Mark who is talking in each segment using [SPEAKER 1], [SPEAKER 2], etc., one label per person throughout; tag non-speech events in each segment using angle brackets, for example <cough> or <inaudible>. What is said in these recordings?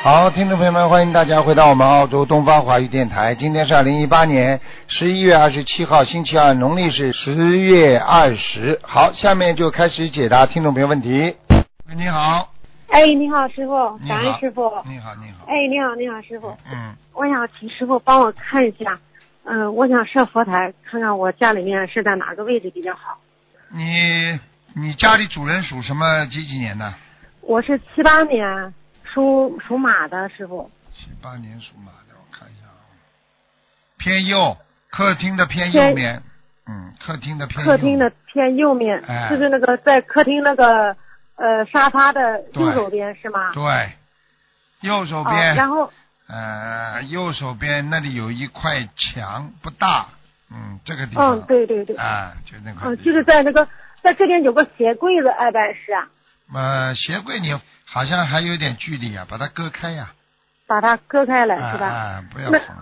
[SPEAKER 1] 好，听众朋友们，欢迎大家回到我们澳洲东方华语电台。今天是二零一八年十一月二十七号，星期二，农历是十月二十。好，下面就开始解答听众朋友问题。喂，你好，
[SPEAKER 2] 哎，你好，师傅，
[SPEAKER 1] 你
[SPEAKER 2] 感恩
[SPEAKER 1] 好，
[SPEAKER 2] 师傅。
[SPEAKER 1] 你好，你好，
[SPEAKER 2] 哎，你好，你好，师傅，
[SPEAKER 1] 嗯，
[SPEAKER 2] 我想请师傅帮我看一下，嗯、我想设佛台，看看我家里面是在哪个位置比较好。
[SPEAKER 1] 你你家里主人属什么几几年的？
[SPEAKER 2] 我是七八年属属马的师傅，
[SPEAKER 1] 七八年属马的，我看一下啊，偏右，客厅的偏右
[SPEAKER 2] 偏
[SPEAKER 1] 面，嗯，客厅的偏右
[SPEAKER 2] 客厅的偏右面，
[SPEAKER 1] 哎
[SPEAKER 2] 就是那个在客厅那个呃沙发的
[SPEAKER 1] 对
[SPEAKER 2] 右手边是吗？
[SPEAKER 1] 对，右手
[SPEAKER 2] 哦
[SPEAKER 1] 边，
[SPEAKER 2] 然后
[SPEAKER 1] 呃，右手边那里有一块墙，不大，嗯，这个地方。
[SPEAKER 2] 嗯，对对对，
[SPEAKER 1] 啊，就那块地方。
[SPEAKER 2] 嗯，就是在那个在这边有个鞋柜子，哎，拜师啊，
[SPEAKER 1] 呃，鞋柜你好像还有点距离啊，把它割开呀、
[SPEAKER 2] 把它割开
[SPEAKER 1] 啊。
[SPEAKER 2] 来、
[SPEAKER 1] 啊
[SPEAKER 2] 是吧？
[SPEAKER 1] 啊，不要
[SPEAKER 2] 那
[SPEAKER 1] 碰。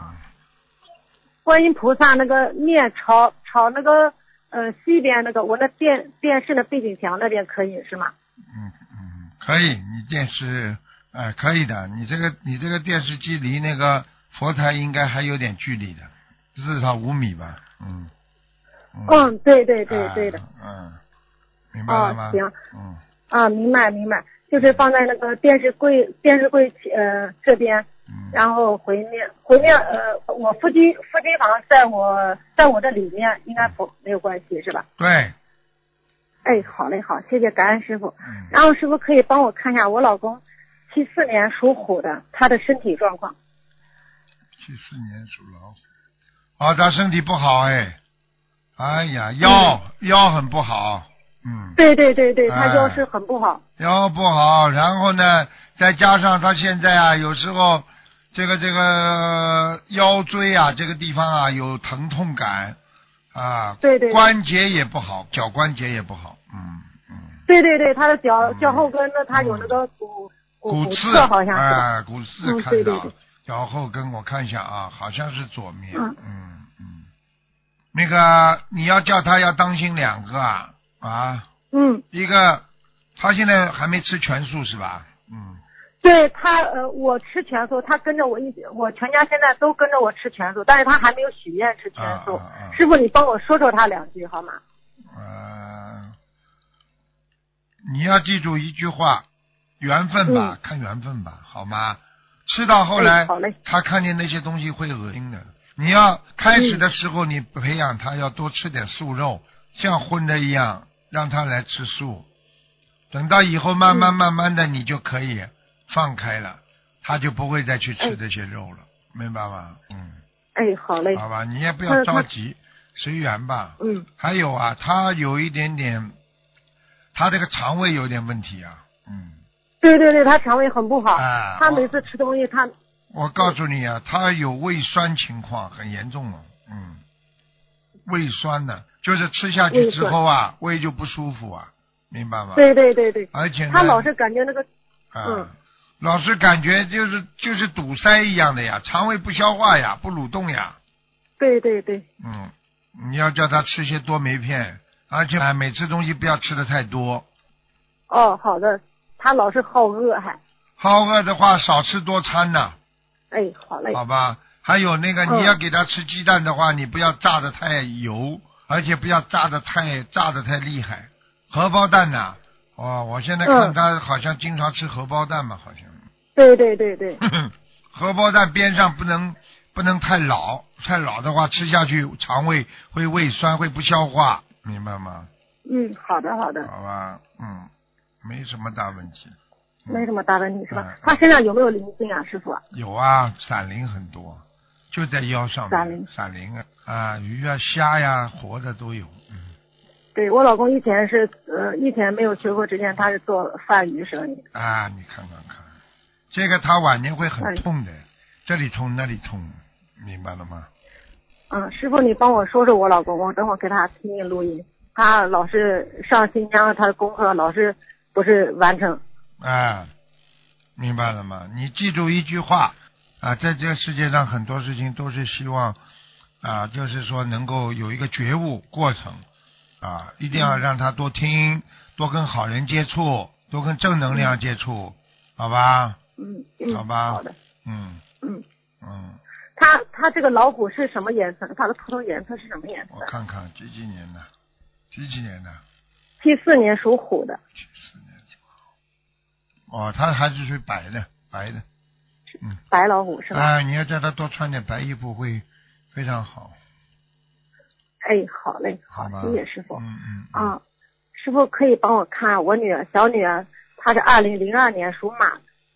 [SPEAKER 2] 观音菩萨那个面朝朝那个呃西边那个我那电电视的背景墙那边可以是吗？
[SPEAKER 1] 嗯嗯，可以，你电视，呃，可以的。你这个你这个电视机离那个佛台应该还有点距离的，至少五米吧。嗯。
[SPEAKER 2] 嗯，对对对
[SPEAKER 1] 啊
[SPEAKER 2] 对的。。
[SPEAKER 1] 嗯，明白了吗？
[SPEAKER 2] 哦，行
[SPEAKER 1] 嗯，
[SPEAKER 2] 啊，明白明白，就是放在那个电视柜电视柜呃这边，
[SPEAKER 1] 嗯
[SPEAKER 2] 然后回面回面呃我夫妻夫妻房在我在我这里面应该不没有关系是吧？
[SPEAKER 1] 对，
[SPEAKER 2] 哎，好嘞好，谢谢感恩师傅。
[SPEAKER 1] 嗯，
[SPEAKER 2] 然后师傅可以帮我看一下我老公七四年属虎的他的身体状况。
[SPEAKER 1] 七四年属老虎。哦，他身体不好哎，哎呀，腰、
[SPEAKER 2] 嗯
[SPEAKER 1] 腰很不好，嗯，
[SPEAKER 2] 对对对对，
[SPEAKER 1] 哎
[SPEAKER 2] 他腰是很不好。
[SPEAKER 1] 腰不好，然后呢，再加上他现在啊，有时候这个这个腰椎啊这个地方啊有疼痛感啊，
[SPEAKER 2] 对对对
[SPEAKER 1] 关节也不好，脚关节也不好，嗯嗯，
[SPEAKER 2] 对对对，他的脚
[SPEAKER 1] 嗯
[SPEAKER 2] 脚后跟呢，他有那个骨骨
[SPEAKER 1] 骨刺
[SPEAKER 2] 刺，好像是吧。
[SPEAKER 1] 啊，骨刺
[SPEAKER 2] 嗯
[SPEAKER 1] 看
[SPEAKER 2] 对
[SPEAKER 1] 到
[SPEAKER 2] 对
[SPEAKER 1] 了
[SPEAKER 2] 对
[SPEAKER 1] 脚后跟我看一下啊，好像是左面，
[SPEAKER 2] 嗯
[SPEAKER 1] 嗯嗯，那个你要叫他要当心两个啊啊，
[SPEAKER 2] 嗯，
[SPEAKER 1] 一个他现在还没吃全素是吧？嗯，
[SPEAKER 2] 对他呃，我吃全素，他跟着我一起，我全家现在都跟着我吃全素，但是他还没有许愿吃全素
[SPEAKER 1] 啊啊啊。
[SPEAKER 2] 师傅，你帮我说说他两句好吗？
[SPEAKER 1] 呃，你要记住一句话，缘分吧，看缘分吧，好吗？吃到后来，
[SPEAKER 2] 哎嗯好嘞
[SPEAKER 1] 他看见那些东西会恶心的。你要开始的时候，你培养他要多吃点素肉，像荤的一样，让他来吃素。等到以后慢慢慢慢的，你就可以放开了，他就不会再去吃
[SPEAKER 2] 哎
[SPEAKER 1] 这些肉了，明白吗？嗯。
[SPEAKER 2] 哎，好嘞，
[SPEAKER 1] 好吧，你也不
[SPEAKER 2] 他
[SPEAKER 1] 要着
[SPEAKER 2] 他
[SPEAKER 1] 急，随缘吧。
[SPEAKER 2] 嗯，
[SPEAKER 1] 还有啊，他有一点点，他这个肠胃有点问题啊。嗯，
[SPEAKER 2] 对对对，他肠胃很不好，
[SPEAKER 1] 啊
[SPEAKER 2] 他每次吃东西，他
[SPEAKER 1] 我告诉你啊，他有胃酸情况，很严重了。嗯，胃酸呢，就是吃下去
[SPEAKER 2] 胃
[SPEAKER 1] 之
[SPEAKER 2] 酸
[SPEAKER 1] 后啊，胃就不舒服啊，明白吗？。
[SPEAKER 2] 对对对对，
[SPEAKER 1] 而且呢，
[SPEAKER 2] 他老是感觉那个
[SPEAKER 1] 啊、
[SPEAKER 2] 嗯
[SPEAKER 1] 老是感觉就是就是堵塞一样的呀，肠胃不消化呀，不蠕动呀。
[SPEAKER 2] 对对对，
[SPEAKER 1] 嗯，你要叫他吃些多酶片，而且啊，每次东西不要吃的太多。
[SPEAKER 2] 哦，好的，他老是好饿还，
[SPEAKER 1] 好饿的话，少吃多餐呐、
[SPEAKER 2] 哎，好嘞，
[SPEAKER 1] 好吧？还有那个，
[SPEAKER 2] 嗯
[SPEAKER 1] 你要给他吃鸡蛋的话，你不要炸的太油，而且不要炸的太炸的太厉害。荷包蛋呐、哦，我现在看
[SPEAKER 2] 嗯
[SPEAKER 1] 他好像经常吃荷包蛋吧，好像。 <laughs>
[SPEAKER 2] 对对对对，
[SPEAKER 1] 荷包蛋边上不能不能太老，太老的话吃下去肠胃会胃酸，会不消化，明白吗？
[SPEAKER 2] 嗯，好的好的。
[SPEAKER 1] 好吧，嗯，没什么大问题。
[SPEAKER 2] 没什么大问题是吧
[SPEAKER 1] 嗯？
[SPEAKER 2] 他身上有没有灵性啊，师傅？
[SPEAKER 1] 有啊，闪灵很多，就在腰上面。
[SPEAKER 2] 闪灵
[SPEAKER 1] 闪灵啊，啊，鱼啊、虾呀、活的都有。嗯，
[SPEAKER 2] 对我老公以前是呃以前没有学佛之前，他是做贩鱼生意。
[SPEAKER 1] 啊，你看看看，这个他晚年会很
[SPEAKER 2] 哎
[SPEAKER 1] 痛的，这里痛那里痛，明白了吗？
[SPEAKER 2] 嗯，师傅你帮我说说我老公，我等会给他听听录音。他老是上新疆，他的功课老是不是完成。
[SPEAKER 1] 啊，明白了吗？你记住一句话啊，在这个世界上很多事情都是希望啊，就是说能够有一个觉悟过程啊，一定要让他多听，多跟好人接触，多跟正能量接触，好吧？
[SPEAKER 2] 嗯嗯，
[SPEAKER 1] 好吧
[SPEAKER 2] 好的，
[SPEAKER 1] 嗯
[SPEAKER 2] 嗯，
[SPEAKER 1] 嗯，
[SPEAKER 2] 它它这个老虎是什么颜色？它的图腾颜色是什么颜色
[SPEAKER 1] 我？看看几几年的，几几年的，
[SPEAKER 2] 七四年属虎的，
[SPEAKER 1] 七四年的，哦，他还是属于白的，白的，
[SPEAKER 2] 白老虎是吧？
[SPEAKER 1] 啊，你要叫他多穿点白衣服会非常好，
[SPEAKER 2] 哎，好嘞，
[SPEAKER 1] 好
[SPEAKER 2] 好，
[SPEAKER 1] 吧？
[SPEAKER 2] 谢谢师傅。
[SPEAKER 1] 嗯嗯，嗯
[SPEAKER 2] 啊，师傅可以帮我看我女儿小女儿，她是二零零二年属马，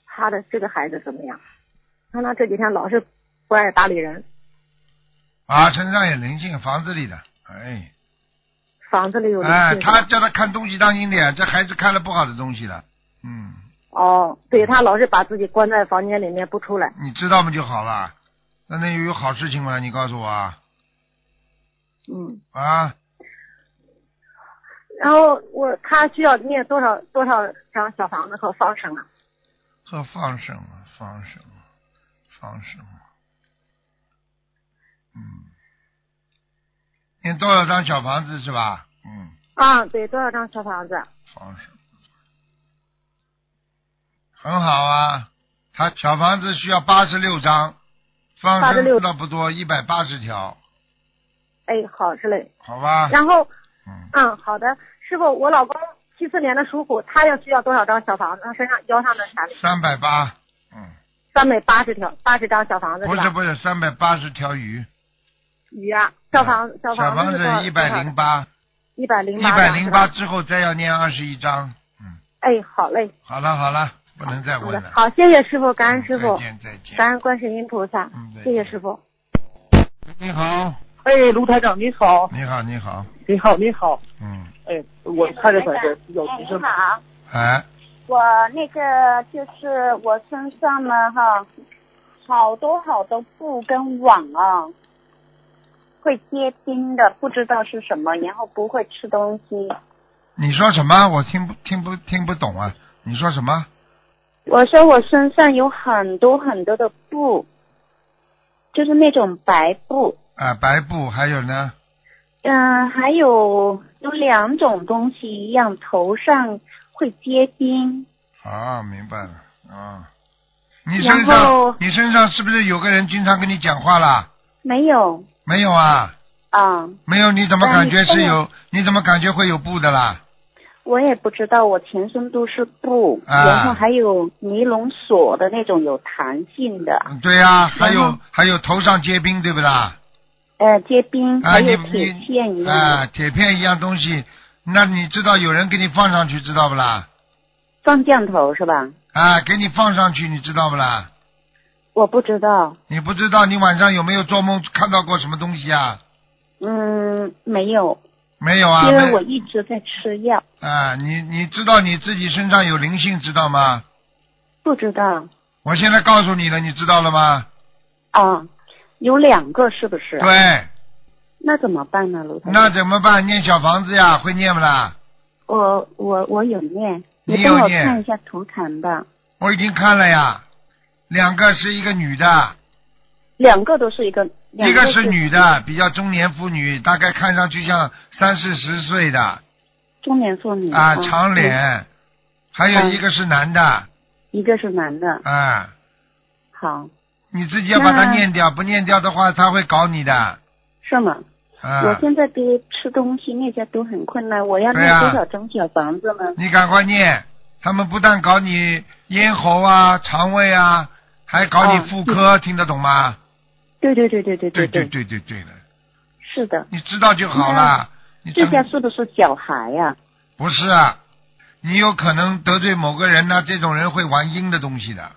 [SPEAKER 2] 她的这个孩子怎么样？看她这几天老是不爱搭理人，
[SPEAKER 1] 啊，身上有灵性，房子里的，哎，
[SPEAKER 2] 房子里有灵
[SPEAKER 1] 哎，
[SPEAKER 2] 性。
[SPEAKER 1] 他叫他看东西当心点，这孩子看了不好的东西了，嗯，
[SPEAKER 2] 哦，对，她老是把自己关在房间里面不出来。
[SPEAKER 1] 你知道嘛就好了，那那有好事情吗？你告诉我啊，
[SPEAKER 2] 嗯，
[SPEAKER 1] 啊，
[SPEAKER 2] 然后我她需要念多少多少张小房子和方生啊？
[SPEAKER 1] 这放生啊，放生啊，放生啊，嗯，你多少张小房子是吧？嗯，
[SPEAKER 2] 啊，对，多少张小房子？
[SPEAKER 1] 放生，很好啊。他小房子需要八十六张，放生
[SPEAKER 2] 86
[SPEAKER 1] 那不多，一百八十条，
[SPEAKER 2] 哎，好之类。
[SPEAKER 1] 好吧？
[SPEAKER 2] 然后，
[SPEAKER 1] 嗯，
[SPEAKER 2] 嗯，好的，师傅，我老公七四年的属虎，他要需要多少张小房子？他身上腰上的啥？
[SPEAKER 1] 三百八，嗯，
[SPEAKER 2] 三百八十条，八十张小房子
[SPEAKER 1] 不
[SPEAKER 2] 吧？
[SPEAKER 1] 是不是，三百八十条鱼，嗯
[SPEAKER 2] 鱼啊，小房子
[SPEAKER 1] 小
[SPEAKER 2] 房
[SPEAKER 1] 房
[SPEAKER 2] 子
[SPEAKER 1] 子一百零八，
[SPEAKER 2] 一百零
[SPEAKER 1] 一
[SPEAKER 2] 八
[SPEAKER 1] 百零八。之后再要念二十一章，嗯。
[SPEAKER 2] 哎，好嘞，
[SPEAKER 1] 好了好了，不能再
[SPEAKER 2] 好
[SPEAKER 1] 问
[SPEAKER 2] 的，
[SPEAKER 1] 了。嗯
[SPEAKER 2] 好，谢谢师傅，感恩师
[SPEAKER 1] 再
[SPEAKER 2] 傅，
[SPEAKER 1] 见再见。
[SPEAKER 2] 感恩观世音菩萨
[SPEAKER 1] 嗯再，见
[SPEAKER 2] 谢谢师傅。
[SPEAKER 1] 你好，
[SPEAKER 3] 哎，卢台长你好，
[SPEAKER 1] 你好你好，
[SPEAKER 3] 你好，你好。
[SPEAKER 1] 嗯，
[SPEAKER 3] 哎，我看了反正有
[SPEAKER 4] 哎，
[SPEAKER 3] 提
[SPEAKER 4] 你
[SPEAKER 3] 升。
[SPEAKER 4] 好，
[SPEAKER 1] 哎，
[SPEAKER 4] 我那个就是我身上呢哈，好多好多布跟网啊，会结冰的，不知道是什么，然后不会吃东西。
[SPEAKER 1] 你说什么？我听不听不听不懂啊？你说什么？
[SPEAKER 4] 我说我身上有很多很多的布，就是那种白布，
[SPEAKER 1] 啊，白布还有呢？
[SPEAKER 4] 嗯、还有有两种东西一样，头上会结冰，
[SPEAKER 1] 啊，明白了啊。你
[SPEAKER 4] 然
[SPEAKER 1] 身
[SPEAKER 4] 后
[SPEAKER 1] 上你身上是不是有个人经常跟你讲话啦？
[SPEAKER 4] 没有
[SPEAKER 1] 没有啊，
[SPEAKER 4] 啊。
[SPEAKER 1] 没有，你怎么感觉
[SPEAKER 4] 嗯
[SPEAKER 1] 是
[SPEAKER 4] 没有
[SPEAKER 1] 有？你怎么感觉会有布的啦？
[SPEAKER 4] 我也不知道，我全身都是布，
[SPEAKER 1] 啊
[SPEAKER 4] 然后还有尼龙锁的那种有弹性的，
[SPEAKER 1] 嗯对呀、还
[SPEAKER 4] 然
[SPEAKER 1] 有
[SPEAKER 4] 后
[SPEAKER 1] 还有头上结冰，对不啦？
[SPEAKER 4] 呃，结冰，
[SPEAKER 1] 啊，
[SPEAKER 4] 还
[SPEAKER 1] 你
[SPEAKER 4] 有铁片一
[SPEAKER 1] 你
[SPEAKER 4] 样
[SPEAKER 1] 啊，
[SPEAKER 4] 的，
[SPEAKER 1] 铁片一样东西，那你知道有人给你放上去，知道不啦？
[SPEAKER 4] 放酱头是吧？
[SPEAKER 1] 啊，给你放上去，你知道不啦？
[SPEAKER 4] 我不知道，
[SPEAKER 1] 你不知道，你晚上有没有做梦看到过什么东西啊？
[SPEAKER 4] 嗯，没有，
[SPEAKER 1] 没有啊，
[SPEAKER 4] 因为我
[SPEAKER 1] 没
[SPEAKER 4] 一直在吃药，
[SPEAKER 1] 啊，你你知道你自己身上有灵性，知道吗？
[SPEAKER 4] 不知道
[SPEAKER 1] 我现在告诉你了，你知道了吗？
[SPEAKER 4] 啊，有两个是不是？啊
[SPEAKER 1] 对，
[SPEAKER 4] 那怎么办呢，卢台
[SPEAKER 1] 那
[SPEAKER 4] 长？
[SPEAKER 1] 怎么办？念小房子呀，会念不啦？
[SPEAKER 4] 我我我有念，
[SPEAKER 1] 你
[SPEAKER 4] 你
[SPEAKER 1] 有
[SPEAKER 4] 帮我
[SPEAKER 1] 念
[SPEAKER 4] 看一下图腾吧，
[SPEAKER 1] 我已经看了呀，两个是一个女的，
[SPEAKER 4] 两个都是一个，
[SPEAKER 1] 一
[SPEAKER 4] 两
[SPEAKER 1] 个
[SPEAKER 4] 是
[SPEAKER 1] 是女的，比较中年妇女，大概看上去像三四十岁的，
[SPEAKER 4] 中年妇女
[SPEAKER 1] 啊，长，
[SPEAKER 4] 嗯
[SPEAKER 1] 脸，还有一个是男的，
[SPEAKER 4] 一个是男的，
[SPEAKER 1] 啊，
[SPEAKER 4] 好，
[SPEAKER 1] 你自己要把它
[SPEAKER 4] 那
[SPEAKER 1] 念掉，不念掉的话，他会搞你的，
[SPEAKER 4] 是吗？我
[SPEAKER 1] 啊，
[SPEAKER 4] 现在对吃东西那些都很困难，我要
[SPEAKER 1] 对
[SPEAKER 4] 念
[SPEAKER 1] 啊
[SPEAKER 4] 多少张小房子呢？ <laughs>
[SPEAKER 1] 你赶快念，他们不但搞你咽喉啊、肠胃啊，还搞你
[SPEAKER 4] 嗯
[SPEAKER 1] 妇科，听得懂吗？
[SPEAKER 4] 对对对对对
[SPEAKER 1] 对
[SPEAKER 4] 对，
[SPEAKER 1] 对对对了，
[SPEAKER 4] 是的。
[SPEAKER 1] 你知道就好了，你
[SPEAKER 4] 这
[SPEAKER 1] 真
[SPEAKER 4] 家是不是小孩呀、
[SPEAKER 1] 不是啊，你有可能得罪某个人呢、这种人会玩阴的东西的，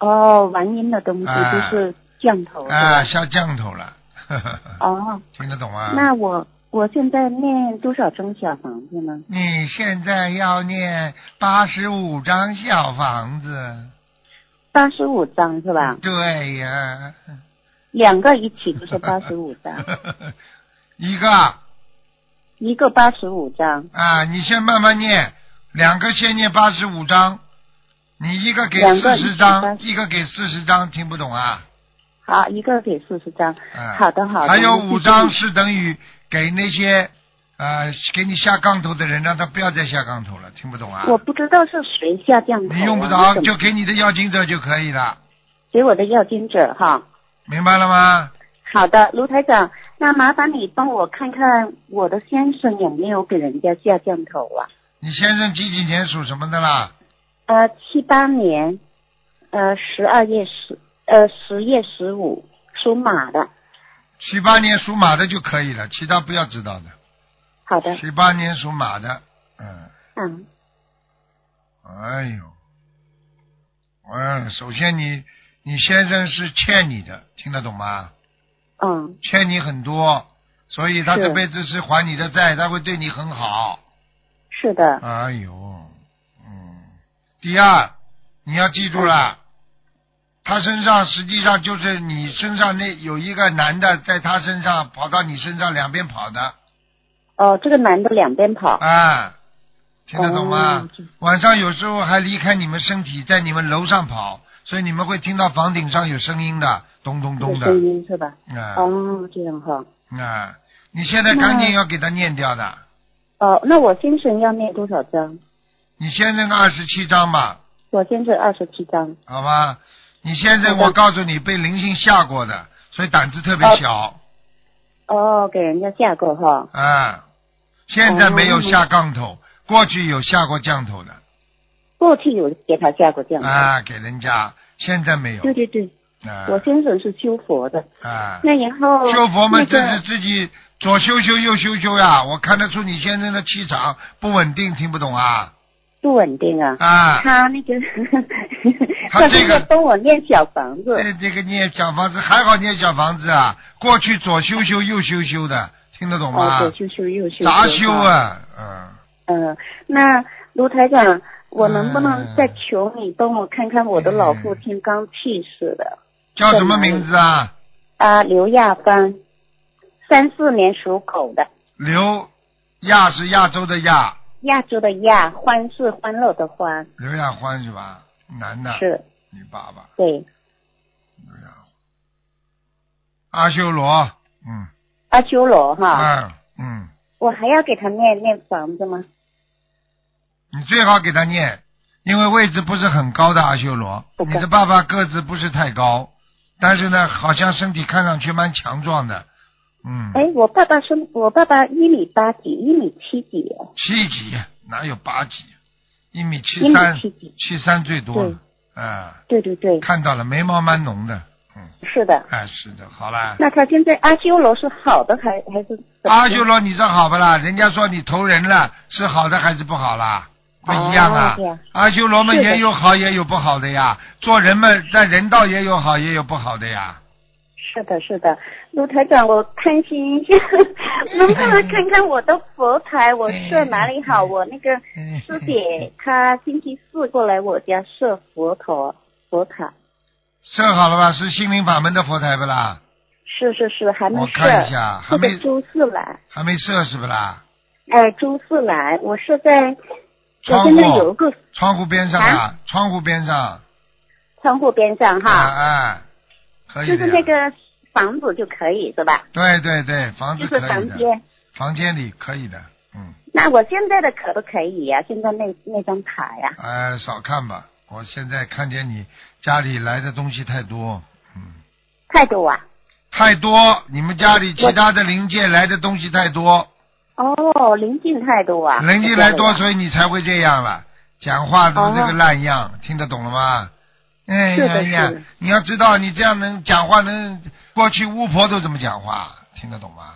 [SPEAKER 4] 哦，玩阴的东西
[SPEAKER 1] 哎
[SPEAKER 4] 就是降头的。
[SPEAKER 1] 啊，下降头了， <laughs> 呵呵呵
[SPEAKER 4] 哦，
[SPEAKER 1] 听得懂吗？
[SPEAKER 4] 那我我现在念多少张小房子呢？
[SPEAKER 1] 你现在要念八十五张小房子，
[SPEAKER 4] 八十五张是吧？
[SPEAKER 1] 对呀，
[SPEAKER 4] 两个一起
[SPEAKER 1] <laughs>
[SPEAKER 4] 就是八十五张，
[SPEAKER 1] 一个
[SPEAKER 4] 一个八十五张，
[SPEAKER 1] 啊，你先慢慢念，两个先念八十五张，你一个给
[SPEAKER 4] 两
[SPEAKER 1] 四
[SPEAKER 4] 个
[SPEAKER 1] 十
[SPEAKER 4] 一
[SPEAKER 1] 张，
[SPEAKER 4] 起
[SPEAKER 1] 一个给四十张，听不懂啊？
[SPEAKER 4] 好，一个给四十张。
[SPEAKER 1] 啊，
[SPEAKER 4] 好的好的
[SPEAKER 1] 还有
[SPEAKER 4] 我们
[SPEAKER 1] 五
[SPEAKER 4] 继续
[SPEAKER 1] 张是等于给那些呃给你下杠头的人，让他不要再下杠头了，听不懂啊？
[SPEAKER 4] 我不知道是谁下降头啊、
[SPEAKER 1] 你用不着
[SPEAKER 4] 怎，么
[SPEAKER 1] 就给你的要经者就可以了，
[SPEAKER 4] 给我的要经者哈。
[SPEAKER 1] 明白了吗？
[SPEAKER 4] 好的，卢台长，那麻烦你帮我看看我的先生有没有给人家下降头啊？
[SPEAKER 1] 你先生几几年属什么的啦？
[SPEAKER 4] 呃，七八年，呃，十二月十，呃，十月十五，属马的。
[SPEAKER 1] 七八年属马的就可以了，其他不要知道的。
[SPEAKER 4] 好的，
[SPEAKER 1] 七八年属马的，嗯，
[SPEAKER 4] 嗯，
[SPEAKER 1] 哎呦，嗯，首先你你先生是欠你的，听得懂吗？
[SPEAKER 4] 嗯，
[SPEAKER 1] 欠你很多，所以他
[SPEAKER 4] 是
[SPEAKER 1] 这辈子是还你的债，他会对你很好。
[SPEAKER 4] 是的，
[SPEAKER 1] 哎呦，嗯，第二，你要记住了，他身上实际上就是你身上那有一个男的在他身上跑到你身上两边跑的，
[SPEAKER 4] 哦，这个男的两边跑，
[SPEAKER 1] 啊，听得懂吗
[SPEAKER 4] 哦这？
[SPEAKER 1] 晚上有时候还离开你们身体，在你们楼上跑，所以你们会听到房顶上有声音的，咚咚
[SPEAKER 4] 这个
[SPEAKER 1] 咚
[SPEAKER 4] 声
[SPEAKER 1] 的，
[SPEAKER 4] 音是吧？
[SPEAKER 1] 啊
[SPEAKER 4] 哦，这样哈。
[SPEAKER 1] 啊！你现在赶紧要给他念掉的，
[SPEAKER 4] 哦，那我先生要念多少章？
[SPEAKER 1] 你先生二十七章吧，
[SPEAKER 4] 我先生二十七章。
[SPEAKER 1] 好吧？你先生，
[SPEAKER 4] 好的
[SPEAKER 1] 我告诉你，被灵性吓过的，所以胆子特别
[SPEAKER 4] 哦
[SPEAKER 1] 小，
[SPEAKER 4] 哦，给人家下过哈。
[SPEAKER 1] 啊，现在没有下杠头，过去有下过降头的，
[SPEAKER 4] 哦过去有给他下过降头。
[SPEAKER 1] 啊，给人家，现在没有
[SPEAKER 4] 对，对对，
[SPEAKER 1] 啊
[SPEAKER 4] 我先生是修佛的。
[SPEAKER 1] 啊。
[SPEAKER 4] 那然后
[SPEAKER 1] 修佛嘛，
[SPEAKER 4] 哦那
[SPEAKER 1] 这
[SPEAKER 4] 个
[SPEAKER 1] 是自己左修修右修修呀、我看得出你先生的气场不稳定，听不懂啊
[SPEAKER 4] 不稳定啊。
[SPEAKER 1] 啊！
[SPEAKER 4] 他
[SPEAKER 1] <laughs>
[SPEAKER 4] 那个，
[SPEAKER 1] 他这
[SPEAKER 4] 现
[SPEAKER 1] 个哎
[SPEAKER 4] 在帮我念小房子，
[SPEAKER 1] 这这个念小房子还好念小房子啊，过去左修修右修修的，听得懂
[SPEAKER 4] 哦，
[SPEAKER 1] 吗？
[SPEAKER 4] 左修修右修，
[SPEAKER 1] 杂修！啊，嗯。
[SPEAKER 4] 嗯，那卢台长，我能不能再
[SPEAKER 1] 嗯
[SPEAKER 4] 求你帮我看看我的老父亲刚去世的
[SPEAKER 1] 叫什么名字啊？
[SPEAKER 4] 啊？刘亚芳，三四年属狗的，
[SPEAKER 1] 刘亚是亚洲的亚，
[SPEAKER 4] 亚洲的亚，欢是欢乐的欢，
[SPEAKER 1] 刘亚欢是吧？男的，
[SPEAKER 4] 是
[SPEAKER 1] 你爸爸
[SPEAKER 4] 对。
[SPEAKER 1] 刘亚欢。阿修罗，嗯，
[SPEAKER 4] 阿修罗哈，
[SPEAKER 1] 嗯嗯，
[SPEAKER 4] 我还要给他念念房子吗？
[SPEAKER 1] 你最好给他念，因为位置不是很高的阿修罗，
[SPEAKER 4] 不高
[SPEAKER 1] 你的爸爸个子不是太高，但是呢，好像身体看上去蛮强壮的，嗯，
[SPEAKER 4] 哎，我爸爸是，我爸爸一米八几，一米七几哦，
[SPEAKER 1] 七几哪有八几？一米
[SPEAKER 4] 一
[SPEAKER 1] 七
[SPEAKER 4] 米
[SPEAKER 1] 三，
[SPEAKER 4] 七几，
[SPEAKER 1] 七三最多了，啊、
[SPEAKER 4] 对对对，
[SPEAKER 1] 看到了，眉毛蛮浓的，嗯，
[SPEAKER 4] 是的。
[SPEAKER 1] 哎，是的，好啦。
[SPEAKER 4] 那他现在阿修罗是好的还还是怎么样
[SPEAKER 1] 阿修罗，你说好不啦？人家说你投人了，是好的还是不好啦？不一样
[SPEAKER 4] 哦
[SPEAKER 1] 啊
[SPEAKER 4] 这样！
[SPEAKER 1] 阿修罗们
[SPEAKER 4] 是的
[SPEAKER 1] 也有好也有不好的呀，做人们在人道也有好也有不好的呀。
[SPEAKER 4] 是的，是的，卢台长，我贪心一下， <laughs> 能不能看看我的佛台，我设哪里好？我那个师姐她星期四过来我家设佛头佛塔，
[SPEAKER 1] <laughs> 设好了吧？是心灵法门的佛台不啦？
[SPEAKER 4] 是是是，还没
[SPEAKER 1] 我
[SPEAKER 4] 设。
[SPEAKER 1] 看一下还
[SPEAKER 4] 这
[SPEAKER 1] 没
[SPEAKER 4] 个周四来，
[SPEAKER 1] 还没设是不啦？
[SPEAKER 4] 哎，周四来，我设在，我
[SPEAKER 1] 窗
[SPEAKER 4] 现在有一
[SPEAKER 1] 户
[SPEAKER 4] 个
[SPEAKER 1] 窗户边上啊，窗户边上。
[SPEAKER 4] 窗户边上
[SPEAKER 1] 哎
[SPEAKER 4] 哈，
[SPEAKER 1] 哎，可以
[SPEAKER 4] 就
[SPEAKER 1] 的。
[SPEAKER 4] 是那。个房子就可以是吧？
[SPEAKER 1] 对对对，房
[SPEAKER 4] 就
[SPEAKER 1] 子
[SPEAKER 4] 是
[SPEAKER 1] 可
[SPEAKER 4] 房
[SPEAKER 1] 以的，
[SPEAKER 4] 间。
[SPEAKER 1] 房间里可以的，嗯，
[SPEAKER 4] 那我现在的可不可以呀、现在那那张塔呀、
[SPEAKER 1] 哎，少看吧。我现在看见你家里来的东西太多，嗯。
[SPEAKER 4] 太多啊！
[SPEAKER 1] 太多，你们家里其他的零件来的东西太多，
[SPEAKER 4] 哦，临近太
[SPEAKER 1] <laughs>
[SPEAKER 4] 多啊！
[SPEAKER 1] 零件来多，
[SPEAKER 4] 以
[SPEAKER 1] 所以你才会这样了，讲话都是这个烂样，听得懂了吗？哎
[SPEAKER 4] 是
[SPEAKER 1] 呀
[SPEAKER 4] 的
[SPEAKER 1] 呀
[SPEAKER 4] 是的，
[SPEAKER 1] 你要知道，你这样能讲话能，过去巫婆都这么讲话，听得懂
[SPEAKER 4] <laughs>
[SPEAKER 1] 吗？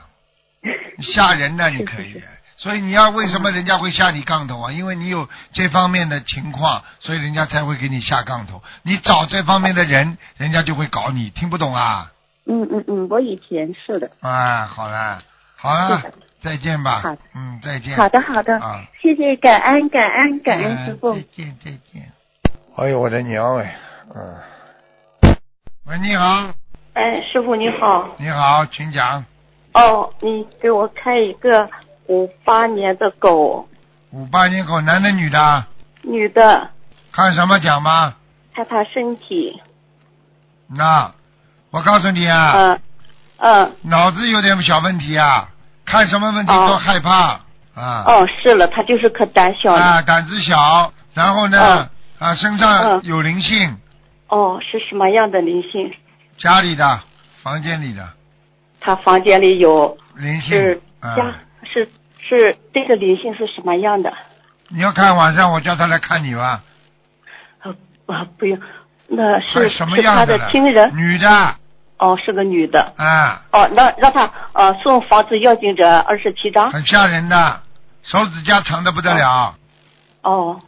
[SPEAKER 1] 吓人的，你可以的。所以你要为什么人家会下你杠头啊？因为你有这方面的情况，所以人家才会给你下杠头。你找这方面的人，人家就会搞你，听不懂啊？
[SPEAKER 4] 嗯嗯嗯，我以前是的。
[SPEAKER 1] 啊，好了，好了
[SPEAKER 4] 是的，
[SPEAKER 1] 再见吧。
[SPEAKER 4] 好的
[SPEAKER 1] 嗯，再见。
[SPEAKER 4] 好的好的，
[SPEAKER 1] 啊，
[SPEAKER 4] 谢谢，感恩感恩感恩师
[SPEAKER 1] 嗯
[SPEAKER 4] 傅。
[SPEAKER 1] 再见，再见。哎呦，我的娘哎，嗯。喂，你好，
[SPEAKER 5] 哎，师傅你好。
[SPEAKER 1] 你好，请讲。
[SPEAKER 5] 哦，你给我开一个五八年的狗，
[SPEAKER 1] 五八年狗，男的女的？
[SPEAKER 5] 女的，
[SPEAKER 1] 看什么讲吧？
[SPEAKER 5] 害怕身体，
[SPEAKER 1] 那，我告诉你啊，
[SPEAKER 5] 嗯、嗯、
[SPEAKER 1] 脑子有点小问题啊，看什么问题都
[SPEAKER 5] 哦
[SPEAKER 1] 害怕啊。
[SPEAKER 5] 哦，是了，他就是可胆小了。
[SPEAKER 1] 啊，胆子小，然后呢
[SPEAKER 5] 嗯，
[SPEAKER 1] 啊，身上
[SPEAKER 5] 嗯
[SPEAKER 1] 有灵性，
[SPEAKER 5] 哦，是什么样的灵性？
[SPEAKER 1] 家里的、房间里的
[SPEAKER 5] 他房间里有
[SPEAKER 1] 灵性
[SPEAKER 5] 是
[SPEAKER 1] 啊
[SPEAKER 5] 家、。是是这个灵性是什么样的？
[SPEAKER 1] 你要看晚上我叫他来看你吧，
[SPEAKER 5] 啊啊，不用，那
[SPEAKER 1] 还
[SPEAKER 5] 是
[SPEAKER 1] 什么
[SPEAKER 5] 是他
[SPEAKER 1] 样
[SPEAKER 5] 的
[SPEAKER 1] 了？嗯
[SPEAKER 5] 亲人
[SPEAKER 1] 女的
[SPEAKER 5] 哦，是个女的
[SPEAKER 1] 啊，
[SPEAKER 5] 哦，那让他呃送房子要经者二十七章
[SPEAKER 1] 很吓人的，手指甲长的不得了，
[SPEAKER 5] 哦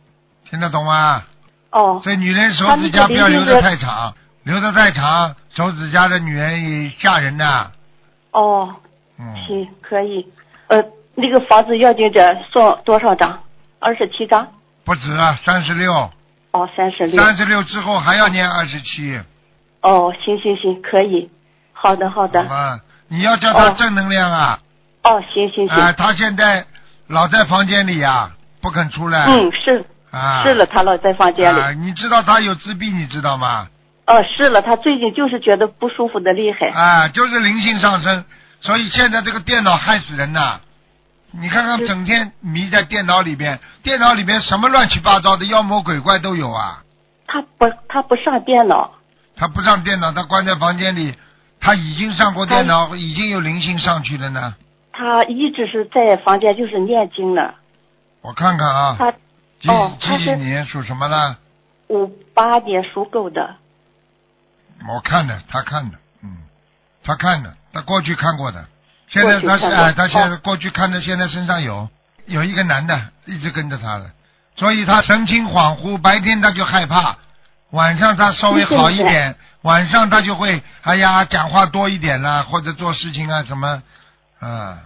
[SPEAKER 1] 听得懂吗？
[SPEAKER 5] 哦
[SPEAKER 1] 这女人手指甲
[SPEAKER 5] 他那个
[SPEAKER 1] 不要留
[SPEAKER 5] 灵
[SPEAKER 1] 的
[SPEAKER 5] 性
[SPEAKER 1] 太长，留的太长，手指甲的女人也吓人的。
[SPEAKER 5] 哦，
[SPEAKER 1] 嗯，
[SPEAKER 5] 行可以，呃那个房子要经者送多少张？二十七张
[SPEAKER 1] 不止啊三十六，
[SPEAKER 5] 哦，三十六
[SPEAKER 1] 三十六之后还要念二十七，
[SPEAKER 5] 哦，行行行，可以，好的好
[SPEAKER 1] 好
[SPEAKER 5] 的
[SPEAKER 1] 吗？你要叫他
[SPEAKER 5] 哦
[SPEAKER 1] 正能量啊！
[SPEAKER 5] 哦，行行行，
[SPEAKER 1] 啊，他现在老在房间里啊，不肯出来。
[SPEAKER 5] 嗯是
[SPEAKER 1] 啊。
[SPEAKER 5] 是了，他老在房间里。
[SPEAKER 1] 啊，你知道他有自闭，你知道吗？
[SPEAKER 5] 哦，是了，他最近就是觉得不舒服的厉害。
[SPEAKER 1] 啊，就是灵性上升，所以现在这个电脑害死人呐！你看看，
[SPEAKER 5] 是
[SPEAKER 1] 整天迷在电脑里边，电脑里边什么乱七八糟的妖魔鬼怪都有啊！
[SPEAKER 5] 他不，他不上电脑。
[SPEAKER 1] 他不上电脑，他关在房间里，他已经上过电
[SPEAKER 5] 嗯
[SPEAKER 1] 脑，已经有灵性上去了呢。
[SPEAKER 5] 他一直是在房间就是念经呢。
[SPEAKER 1] 我看看啊，
[SPEAKER 5] 他
[SPEAKER 1] 几
[SPEAKER 5] 哦
[SPEAKER 1] 几
[SPEAKER 5] 他
[SPEAKER 1] 几
[SPEAKER 5] 是
[SPEAKER 1] 年属什么呢？
[SPEAKER 5] 五八年属狗的。
[SPEAKER 1] 我看的，他看的，嗯，他看的，他过去看过的，现在他
[SPEAKER 5] 过去看过
[SPEAKER 1] 哎，他现在
[SPEAKER 5] 哦
[SPEAKER 1] 过去看的，现在身上有有一个男的一直跟着他的，所以他神情恍惚，白天他就害怕，晚上他稍微好一点，晚上他就会哎呀讲话多一点啦，或者做事情啊什么，啊，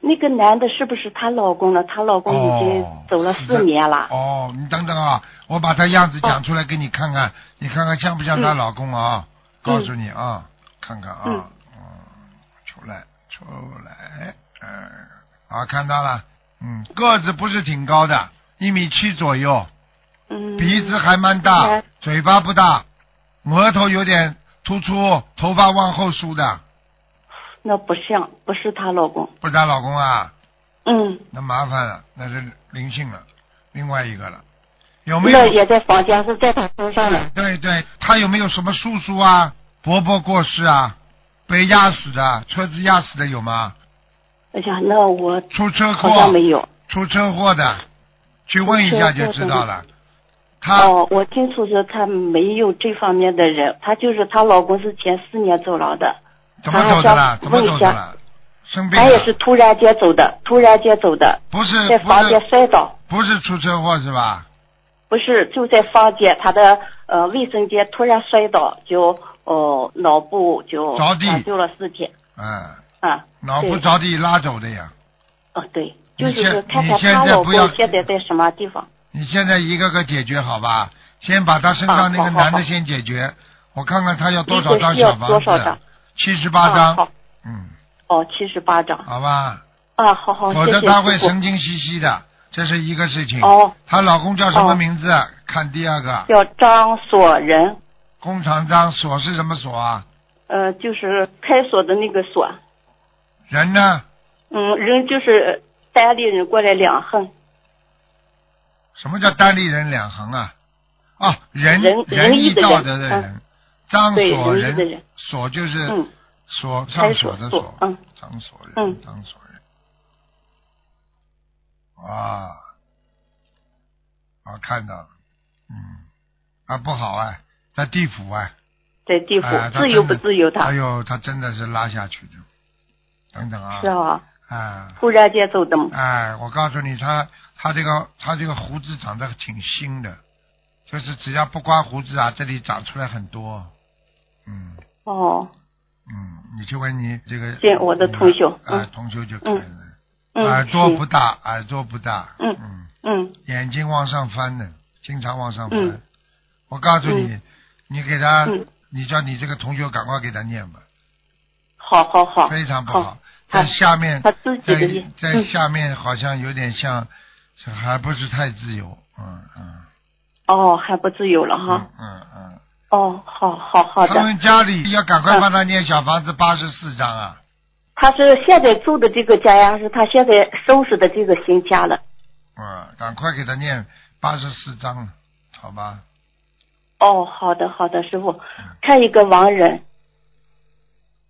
[SPEAKER 5] 那个男的是不是她老公了？她老公已经
[SPEAKER 1] 哦，
[SPEAKER 5] 走了四年了。
[SPEAKER 1] 哦，你等等啊，我把他样子讲出来给你看看，你看看像不像她
[SPEAKER 5] 嗯
[SPEAKER 1] 老公啊？告诉你啊，看看啊，
[SPEAKER 5] 嗯
[SPEAKER 1] 嗯，出来出来，嗯、啊，看到了，嗯，个子不是挺高的，一米七左右，
[SPEAKER 5] 嗯。
[SPEAKER 1] 鼻子还蛮大，
[SPEAKER 5] 嗯
[SPEAKER 1] 嘴巴不大，额头有点突出，头发往后梳的，
[SPEAKER 5] 那不像，不是她老公。
[SPEAKER 1] 不是她老公啊？
[SPEAKER 5] 嗯。
[SPEAKER 1] 那麻烦了，那是灵性了，另外一个了，有没有
[SPEAKER 5] 那？也在房间，是在她身上了。
[SPEAKER 1] 对对，他有没有什么叔叔啊、伯伯过世啊、被压死的、车子压死的有吗？
[SPEAKER 5] 哎呀，那我
[SPEAKER 1] 出车
[SPEAKER 5] 好像
[SPEAKER 1] 祸、
[SPEAKER 5] 没有。
[SPEAKER 1] 出车祸的，去问一下就知道了。他、
[SPEAKER 5] 哦，我清楚是她没有这方面的人，她就是她老公是前四年走了的。
[SPEAKER 1] 怎么走的啦？
[SPEAKER 5] 他
[SPEAKER 1] 怎
[SPEAKER 5] 想
[SPEAKER 1] 么
[SPEAKER 5] 问一
[SPEAKER 1] 走的
[SPEAKER 5] 下
[SPEAKER 1] 啦？生病
[SPEAKER 5] 他也
[SPEAKER 1] 了
[SPEAKER 5] 是？突然间走的，突然间走的，
[SPEAKER 1] 不是
[SPEAKER 5] 在
[SPEAKER 1] 不
[SPEAKER 5] 房间
[SPEAKER 1] 是
[SPEAKER 5] 摔倒，
[SPEAKER 1] 不是出车祸是吧？
[SPEAKER 5] 不是就在房间他的呃卫生间突然摔倒，就哦、脑部就
[SPEAKER 1] 着地
[SPEAKER 5] 挽救了四天
[SPEAKER 1] 嗯，
[SPEAKER 5] 啊，
[SPEAKER 1] 脑部
[SPEAKER 5] 对
[SPEAKER 1] 着地拉走的呀。
[SPEAKER 5] 哦对，就
[SPEAKER 1] 你现
[SPEAKER 5] 是看看
[SPEAKER 1] 你现
[SPEAKER 5] 她
[SPEAKER 1] 在
[SPEAKER 5] 老
[SPEAKER 1] 不
[SPEAKER 5] 公
[SPEAKER 1] 要
[SPEAKER 5] 现在在什么地方。
[SPEAKER 1] 你现在一个个解决好吧？先把他身上那个
[SPEAKER 5] 啊好好
[SPEAKER 1] 男的
[SPEAKER 5] 好
[SPEAKER 1] 先解决，我看看他要多
[SPEAKER 5] 一
[SPEAKER 1] 少
[SPEAKER 5] 共
[SPEAKER 1] 张
[SPEAKER 5] 需要
[SPEAKER 1] 小
[SPEAKER 5] 多
[SPEAKER 1] 房
[SPEAKER 5] 少
[SPEAKER 1] 子
[SPEAKER 5] 张？
[SPEAKER 1] 七十八
[SPEAKER 5] 啊
[SPEAKER 1] 张
[SPEAKER 5] 好。
[SPEAKER 1] 嗯，
[SPEAKER 5] 哦，七十八张
[SPEAKER 1] 好吧。
[SPEAKER 5] 啊，好好，
[SPEAKER 1] 否
[SPEAKER 5] 谢
[SPEAKER 1] 则
[SPEAKER 5] 谢
[SPEAKER 1] 她会
[SPEAKER 5] 师
[SPEAKER 1] 神
[SPEAKER 5] 傅。
[SPEAKER 1] 经兮兮的，这是一个事情。
[SPEAKER 5] 哦，
[SPEAKER 1] 她老公叫什么
[SPEAKER 5] 哦
[SPEAKER 1] 名字？看第二个，
[SPEAKER 5] 叫张锁仁，
[SPEAKER 1] 工厂长锁是什么锁啊？
[SPEAKER 5] 呃，就是开锁的那个锁，
[SPEAKER 1] 人呢？
[SPEAKER 5] 嗯，人就是单立人过来两横，
[SPEAKER 1] 什么叫单立人两行啊？哦，仁
[SPEAKER 5] 仁仁义
[SPEAKER 1] 义
[SPEAKER 5] 的
[SPEAKER 1] 道
[SPEAKER 5] 人
[SPEAKER 1] 德的
[SPEAKER 5] 嗯
[SPEAKER 1] 人，张
[SPEAKER 5] 对
[SPEAKER 1] 锁
[SPEAKER 5] 仁义的人
[SPEAKER 1] 锁就是
[SPEAKER 5] 嗯，
[SPEAKER 1] 锁
[SPEAKER 5] 开
[SPEAKER 1] 上锁的
[SPEAKER 5] 锁
[SPEAKER 1] 锁，，
[SPEAKER 5] 嗯，
[SPEAKER 1] 张锁人，
[SPEAKER 5] 嗯
[SPEAKER 1] 张锁人。啊，我哦看到了，嗯，啊不好啊，在地府啊。
[SPEAKER 5] 在地府
[SPEAKER 1] 哎，他
[SPEAKER 5] 自由
[SPEAKER 1] 真
[SPEAKER 5] 不
[SPEAKER 1] 的
[SPEAKER 5] 自由他
[SPEAKER 1] 哎？呦，他真的是拉下去的。等等啊，
[SPEAKER 5] 是啊，
[SPEAKER 1] 啊，
[SPEAKER 5] 忽然间走的嘛。
[SPEAKER 1] 哎，我告诉你，他他这个他这个胡子长得挺新的，就是只要不刮胡子啊，这里长出来很多。嗯
[SPEAKER 5] 哦，
[SPEAKER 1] 嗯，你去问你这个。
[SPEAKER 5] 见我的同修
[SPEAKER 1] 啊、
[SPEAKER 5] 嗯
[SPEAKER 1] 哎同修就看了、
[SPEAKER 5] 嗯，
[SPEAKER 1] 耳朵哎不
[SPEAKER 5] 是
[SPEAKER 1] 大，耳朵不大。
[SPEAKER 5] 嗯
[SPEAKER 1] 嗯，
[SPEAKER 5] 嗯，
[SPEAKER 1] 眼睛往上翻的，经常往上翻。
[SPEAKER 5] 嗯
[SPEAKER 1] 我告诉你，你给他，
[SPEAKER 5] 嗯
[SPEAKER 1] 你叫你这个同学赶快给他念吧。
[SPEAKER 5] 好好好，
[SPEAKER 1] 非常不
[SPEAKER 5] 好
[SPEAKER 1] 好，在
[SPEAKER 5] 好
[SPEAKER 1] 下面
[SPEAKER 5] 他，自己
[SPEAKER 1] 在
[SPEAKER 5] 的意，
[SPEAKER 1] 在
[SPEAKER 5] 嗯，
[SPEAKER 1] 下面好像有点像，还不是太自由，嗯嗯
[SPEAKER 5] 哦，还不自由了哈
[SPEAKER 1] 嗯。嗯嗯。
[SPEAKER 5] 哦，好好好
[SPEAKER 1] 他
[SPEAKER 5] 的，嗯
[SPEAKER 1] 们家里要赶快帮他念小房子八十四章啊，
[SPEAKER 5] 他是现在住的这个家呀，是他现在收拾的这个新家了。
[SPEAKER 1] 啊，赶快给他念八十四章，好吧？
[SPEAKER 5] 哦，好的好的，师
[SPEAKER 1] 嗯
[SPEAKER 5] 傅，看一个亡人，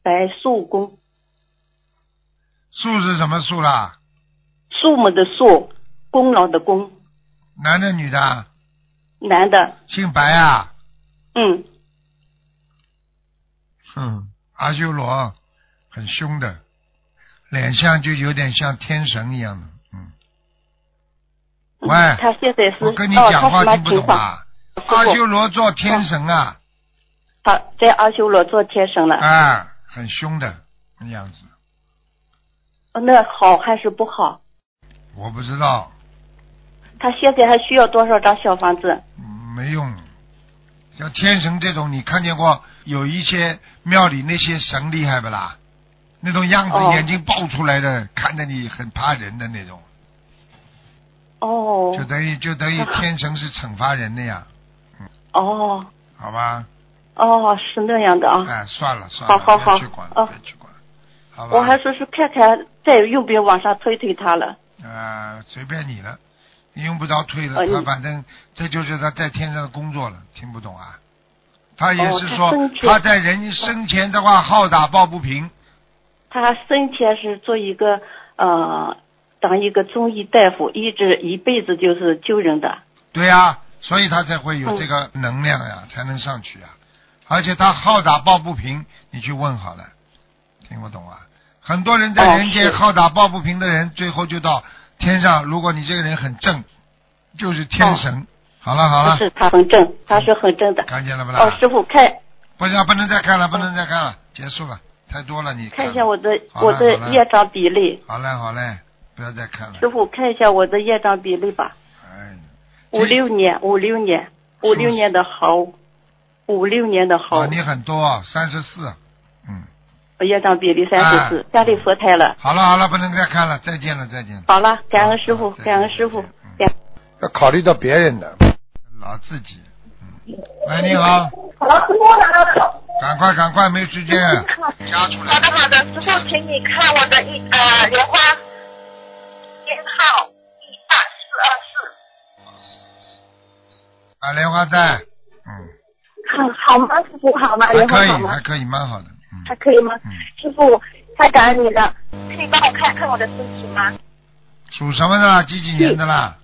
[SPEAKER 5] 白素公，
[SPEAKER 1] 树是什么树啦？
[SPEAKER 5] 树木的树，功劳的功，
[SPEAKER 1] 男的女的啊？
[SPEAKER 5] 男的，
[SPEAKER 1] 姓白啊？
[SPEAKER 5] 嗯，
[SPEAKER 1] 哼，阿修罗很凶的，脸上就有点像天神一样的。嗯，
[SPEAKER 5] 嗯
[SPEAKER 1] 喂
[SPEAKER 5] 他现在是
[SPEAKER 1] 我跟你
[SPEAKER 5] 哦
[SPEAKER 1] 讲话
[SPEAKER 5] 他
[SPEAKER 1] 听不
[SPEAKER 5] 什么情
[SPEAKER 1] 懂
[SPEAKER 5] 况？
[SPEAKER 1] 啊？
[SPEAKER 5] 师
[SPEAKER 1] 阿
[SPEAKER 5] 傅
[SPEAKER 1] 修罗做天神
[SPEAKER 5] 哦
[SPEAKER 1] 啊，
[SPEAKER 5] 他在阿修罗做天神 <laughs> 了，
[SPEAKER 1] 啊，很凶的那样子，
[SPEAKER 5] 哦那好还是不好？
[SPEAKER 1] 我不知道，
[SPEAKER 5] 他现在还需要多少张小房子？
[SPEAKER 1] 嗯没用。像天神这种，你看见过有一些庙里那些神厉害不啦？那种样子，
[SPEAKER 5] 哦
[SPEAKER 1] 眼睛爆出来的，看着你很怕人的那种，
[SPEAKER 5] 哦
[SPEAKER 1] 就等于就等于天神是惩罚人的呀，
[SPEAKER 5] 哦
[SPEAKER 1] 好吧？
[SPEAKER 5] 哦，是那样的啊。
[SPEAKER 1] 哎，算了算
[SPEAKER 5] 好
[SPEAKER 1] 了，
[SPEAKER 5] 好好
[SPEAKER 1] 别去管了，
[SPEAKER 5] 哦
[SPEAKER 1] 别去管了，好吧？
[SPEAKER 5] 我还说是看看再用不用往上推推他了。
[SPEAKER 1] 啊，随便你了，你用不着推了，
[SPEAKER 5] 哦你
[SPEAKER 1] 他反正这就是他在天上的工作了，听不懂啊？他也
[SPEAKER 5] 哦
[SPEAKER 1] 是
[SPEAKER 5] 他
[SPEAKER 1] 说、
[SPEAKER 5] 生前
[SPEAKER 1] 他在人生前的话好打抱不平，
[SPEAKER 5] 他生前是做一个呃，当一个中医大夫，一直一辈子就是救人的。
[SPEAKER 1] 对呀、所以他才会
[SPEAKER 5] 嗯
[SPEAKER 1] 有这个能量呀、才能上去啊。而且他好打抱不平，你去问好了，听不懂啊？很多人在
[SPEAKER 5] 哦
[SPEAKER 1] 人间
[SPEAKER 5] 是
[SPEAKER 1] 好打抱不平的人，最后就到天上。如果你这个人很正，就是天
[SPEAKER 5] 哦
[SPEAKER 1] 神。好了好
[SPEAKER 5] 不
[SPEAKER 1] 了，
[SPEAKER 5] 是他很正，他是很正的。
[SPEAKER 1] 看见了不啦？
[SPEAKER 5] 哦，师傅看
[SPEAKER 1] 不行，不能再看了，不能再看了，结束了，太多了，你
[SPEAKER 5] 哦看一
[SPEAKER 1] 了
[SPEAKER 5] 下我的
[SPEAKER 1] 好了
[SPEAKER 5] 我的
[SPEAKER 1] 好了
[SPEAKER 5] 业障比例，
[SPEAKER 1] 好嘞，好嘞，不要再看了
[SPEAKER 5] 师。傅看一下我的业障比例吧。
[SPEAKER 1] 哎，这
[SPEAKER 5] 五六年，五六年，五六年的猴，五六年的猴
[SPEAKER 1] 啊，，你很多，三十四，嗯，
[SPEAKER 5] 业障比例三十四
[SPEAKER 1] 哎，
[SPEAKER 5] 家里佛台了。
[SPEAKER 1] 好了好了，不能再看了，再见了再见了。
[SPEAKER 5] 好了，感恩师
[SPEAKER 1] 好
[SPEAKER 5] 傅，
[SPEAKER 1] 再见
[SPEAKER 5] 感恩师傅
[SPEAKER 1] 再见，嗯
[SPEAKER 5] 感
[SPEAKER 1] 要考虑到别人的，老自己。嗯，喂，你好，赶快赶快，没时间，加出来。
[SPEAKER 6] 好的好的，师傅，请你看我的一呃莲花编号一二四二四。
[SPEAKER 1] 啊，莲花在，嗯，
[SPEAKER 2] 好好吗，师傅好吗？
[SPEAKER 1] 还
[SPEAKER 2] 莲
[SPEAKER 1] 可
[SPEAKER 2] 花好
[SPEAKER 1] 以
[SPEAKER 2] 吗
[SPEAKER 1] 还？可以，蛮好的，嗯
[SPEAKER 2] 还可以吗？
[SPEAKER 1] 嗯，
[SPEAKER 2] 师傅，太感恩你了。
[SPEAKER 6] 可以帮我看看我的身体吗？
[SPEAKER 1] 属什么的啦？几几年的啦？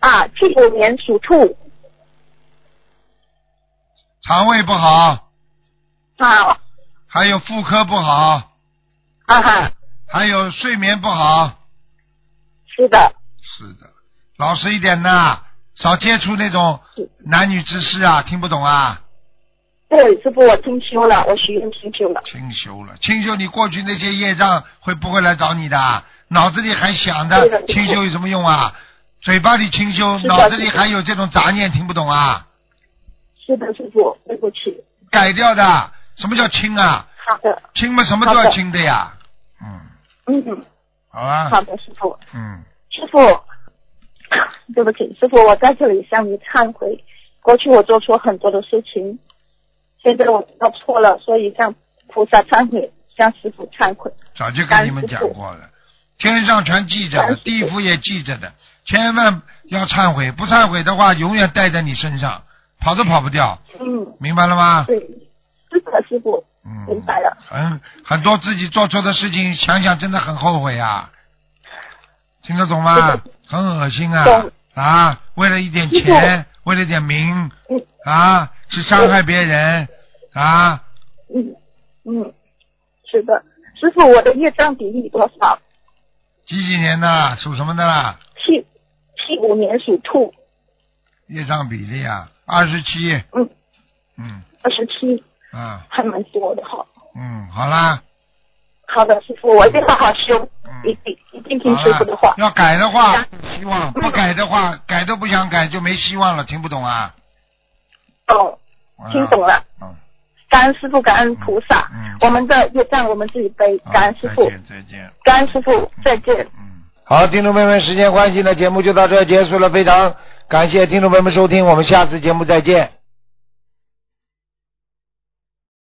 [SPEAKER 2] 啊，七五年属兔
[SPEAKER 1] 肠胃不好。
[SPEAKER 2] 啊
[SPEAKER 1] 还有妇科不好，
[SPEAKER 2] 啊哈，
[SPEAKER 1] 还有睡眠不好。
[SPEAKER 2] 是的，
[SPEAKER 1] 是的，老实一点呐，少接触那种男女之事啊，听不懂啊。
[SPEAKER 2] 对，师傅我清修了，我许愿清修了。
[SPEAKER 1] 清修了，清修，你过去那些业障会不会来找你的？脑子里还想
[SPEAKER 2] 对的
[SPEAKER 1] 着
[SPEAKER 2] 对的
[SPEAKER 1] 清修有什么用啊？嘴巴里清修，
[SPEAKER 2] 是的
[SPEAKER 1] 脑子里
[SPEAKER 2] 是的
[SPEAKER 1] 还有这种杂念，听不懂啊？
[SPEAKER 2] 是的，师傅，对不起。
[SPEAKER 1] 改掉的，什么叫清啊？
[SPEAKER 2] 好的，
[SPEAKER 1] 清嘛，什么都
[SPEAKER 2] 好
[SPEAKER 1] 要
[SPEAKER 2] 的
[SPEAKER 1] 清的呀。嗯，
[SPEAKER 2] 嗯，
[SPEAKER 1] 好啦。
[SPEAKER 2] 好的，师傅。
[SPEAKER 1] 嗯，
[SPEAKER 2] 师傅， <coughs> 对不起，师傅，我在这里向你忏悔，过去我做错很多的事情，现在我知道错了，所以向菩萨忏悔，向师傅忏悔。
[SPEAKER 1] 早就跟你们讲过了，天上全记着的，
[SPEAKER 2] <laughs> 感谢
[SPEAKER 1] 地府也记着的，千万要忏悔，不忏悔的话，永远带在你身上，跑都跑不掉，
[SPEAKER 2] 嗯，
[SPEAKER 1] 明白了吗？
[SPEAKER 2] 对，是的，师傅，
[SPEAKER 1] 嗯，
[SPEAKER 2] 明白了。
[SPEAKER 1] 很很多自己做错的事情，想想真的很后悔啊，听得懂吗
[SPEAKER 2] 对？
[SPEAKER 1] 很恶心啊
[SPEAKER 2] 嗯懂
[SPEAKER 1] 啊！为了一点
[SPEAKER 2] 师傅
[SPEAKER 1] 钱，为了点名
[SPEAKER 2] 嗯
[SPEAKER 1] 啊，去伤害别人啊，
[SPEAKER 2] 嗯嗯，是的，师傅，我的业障比例多少？
[SPEAKER 1] 几几年的属什么的啦？
[SPEAKER 2] 七七五年属兔，
[SPEAKER 1] 业障比例啊，二十七，
[SPEAKER 2] 嗯，
[SPEAKER 1] 嗯
[SPEAKER 2] 二十七，
[SPEAKER 1] 啊。
[SPEAKER 2] 还蛮多的哈。
[SPEAKER 1] 嗯，好啦，
[SPEAKER 2] 好的，师傅，我一定好好修，一
[SPEAKER 1] 嗯，
[SPEAKER 2] 定一定
[SPEAKER 1] 好
[SPEAKER 2] 听师傅的
[SPEAKER 1] 啦
[SPEAKER 2] 话。嗯
[SPEAKER 1] 要改的话
[SPEAKER 2] 是，
[SPEAKER 1] 希望不改的话，改都不想改就没希望了，听不懂啊？
[SPEAKER 2] 哦，
[SPEAKER 1] 我
[SPEAKER 2] 听懂了。
[SPEAKER 1] 嗯，
[SPEAKER 2] 感恩师傅，感恩菩萨，
[SPEAKER 1] 嗯
[SPEAKER 2] 我们的业障我们自己背，
[SPEAKER 1] 好
[SPEAKER 2] 感恩师傅
[SPEAKER 1] 再，见，再见。
[SPEAKER 2] 感恩师傅，再见。
[SPEAKER 1] 嗯，好，听众朋友们，时间关系呢，节目就到这儿结束了，非常感谢听众朋友们收听，我们下次节目再见。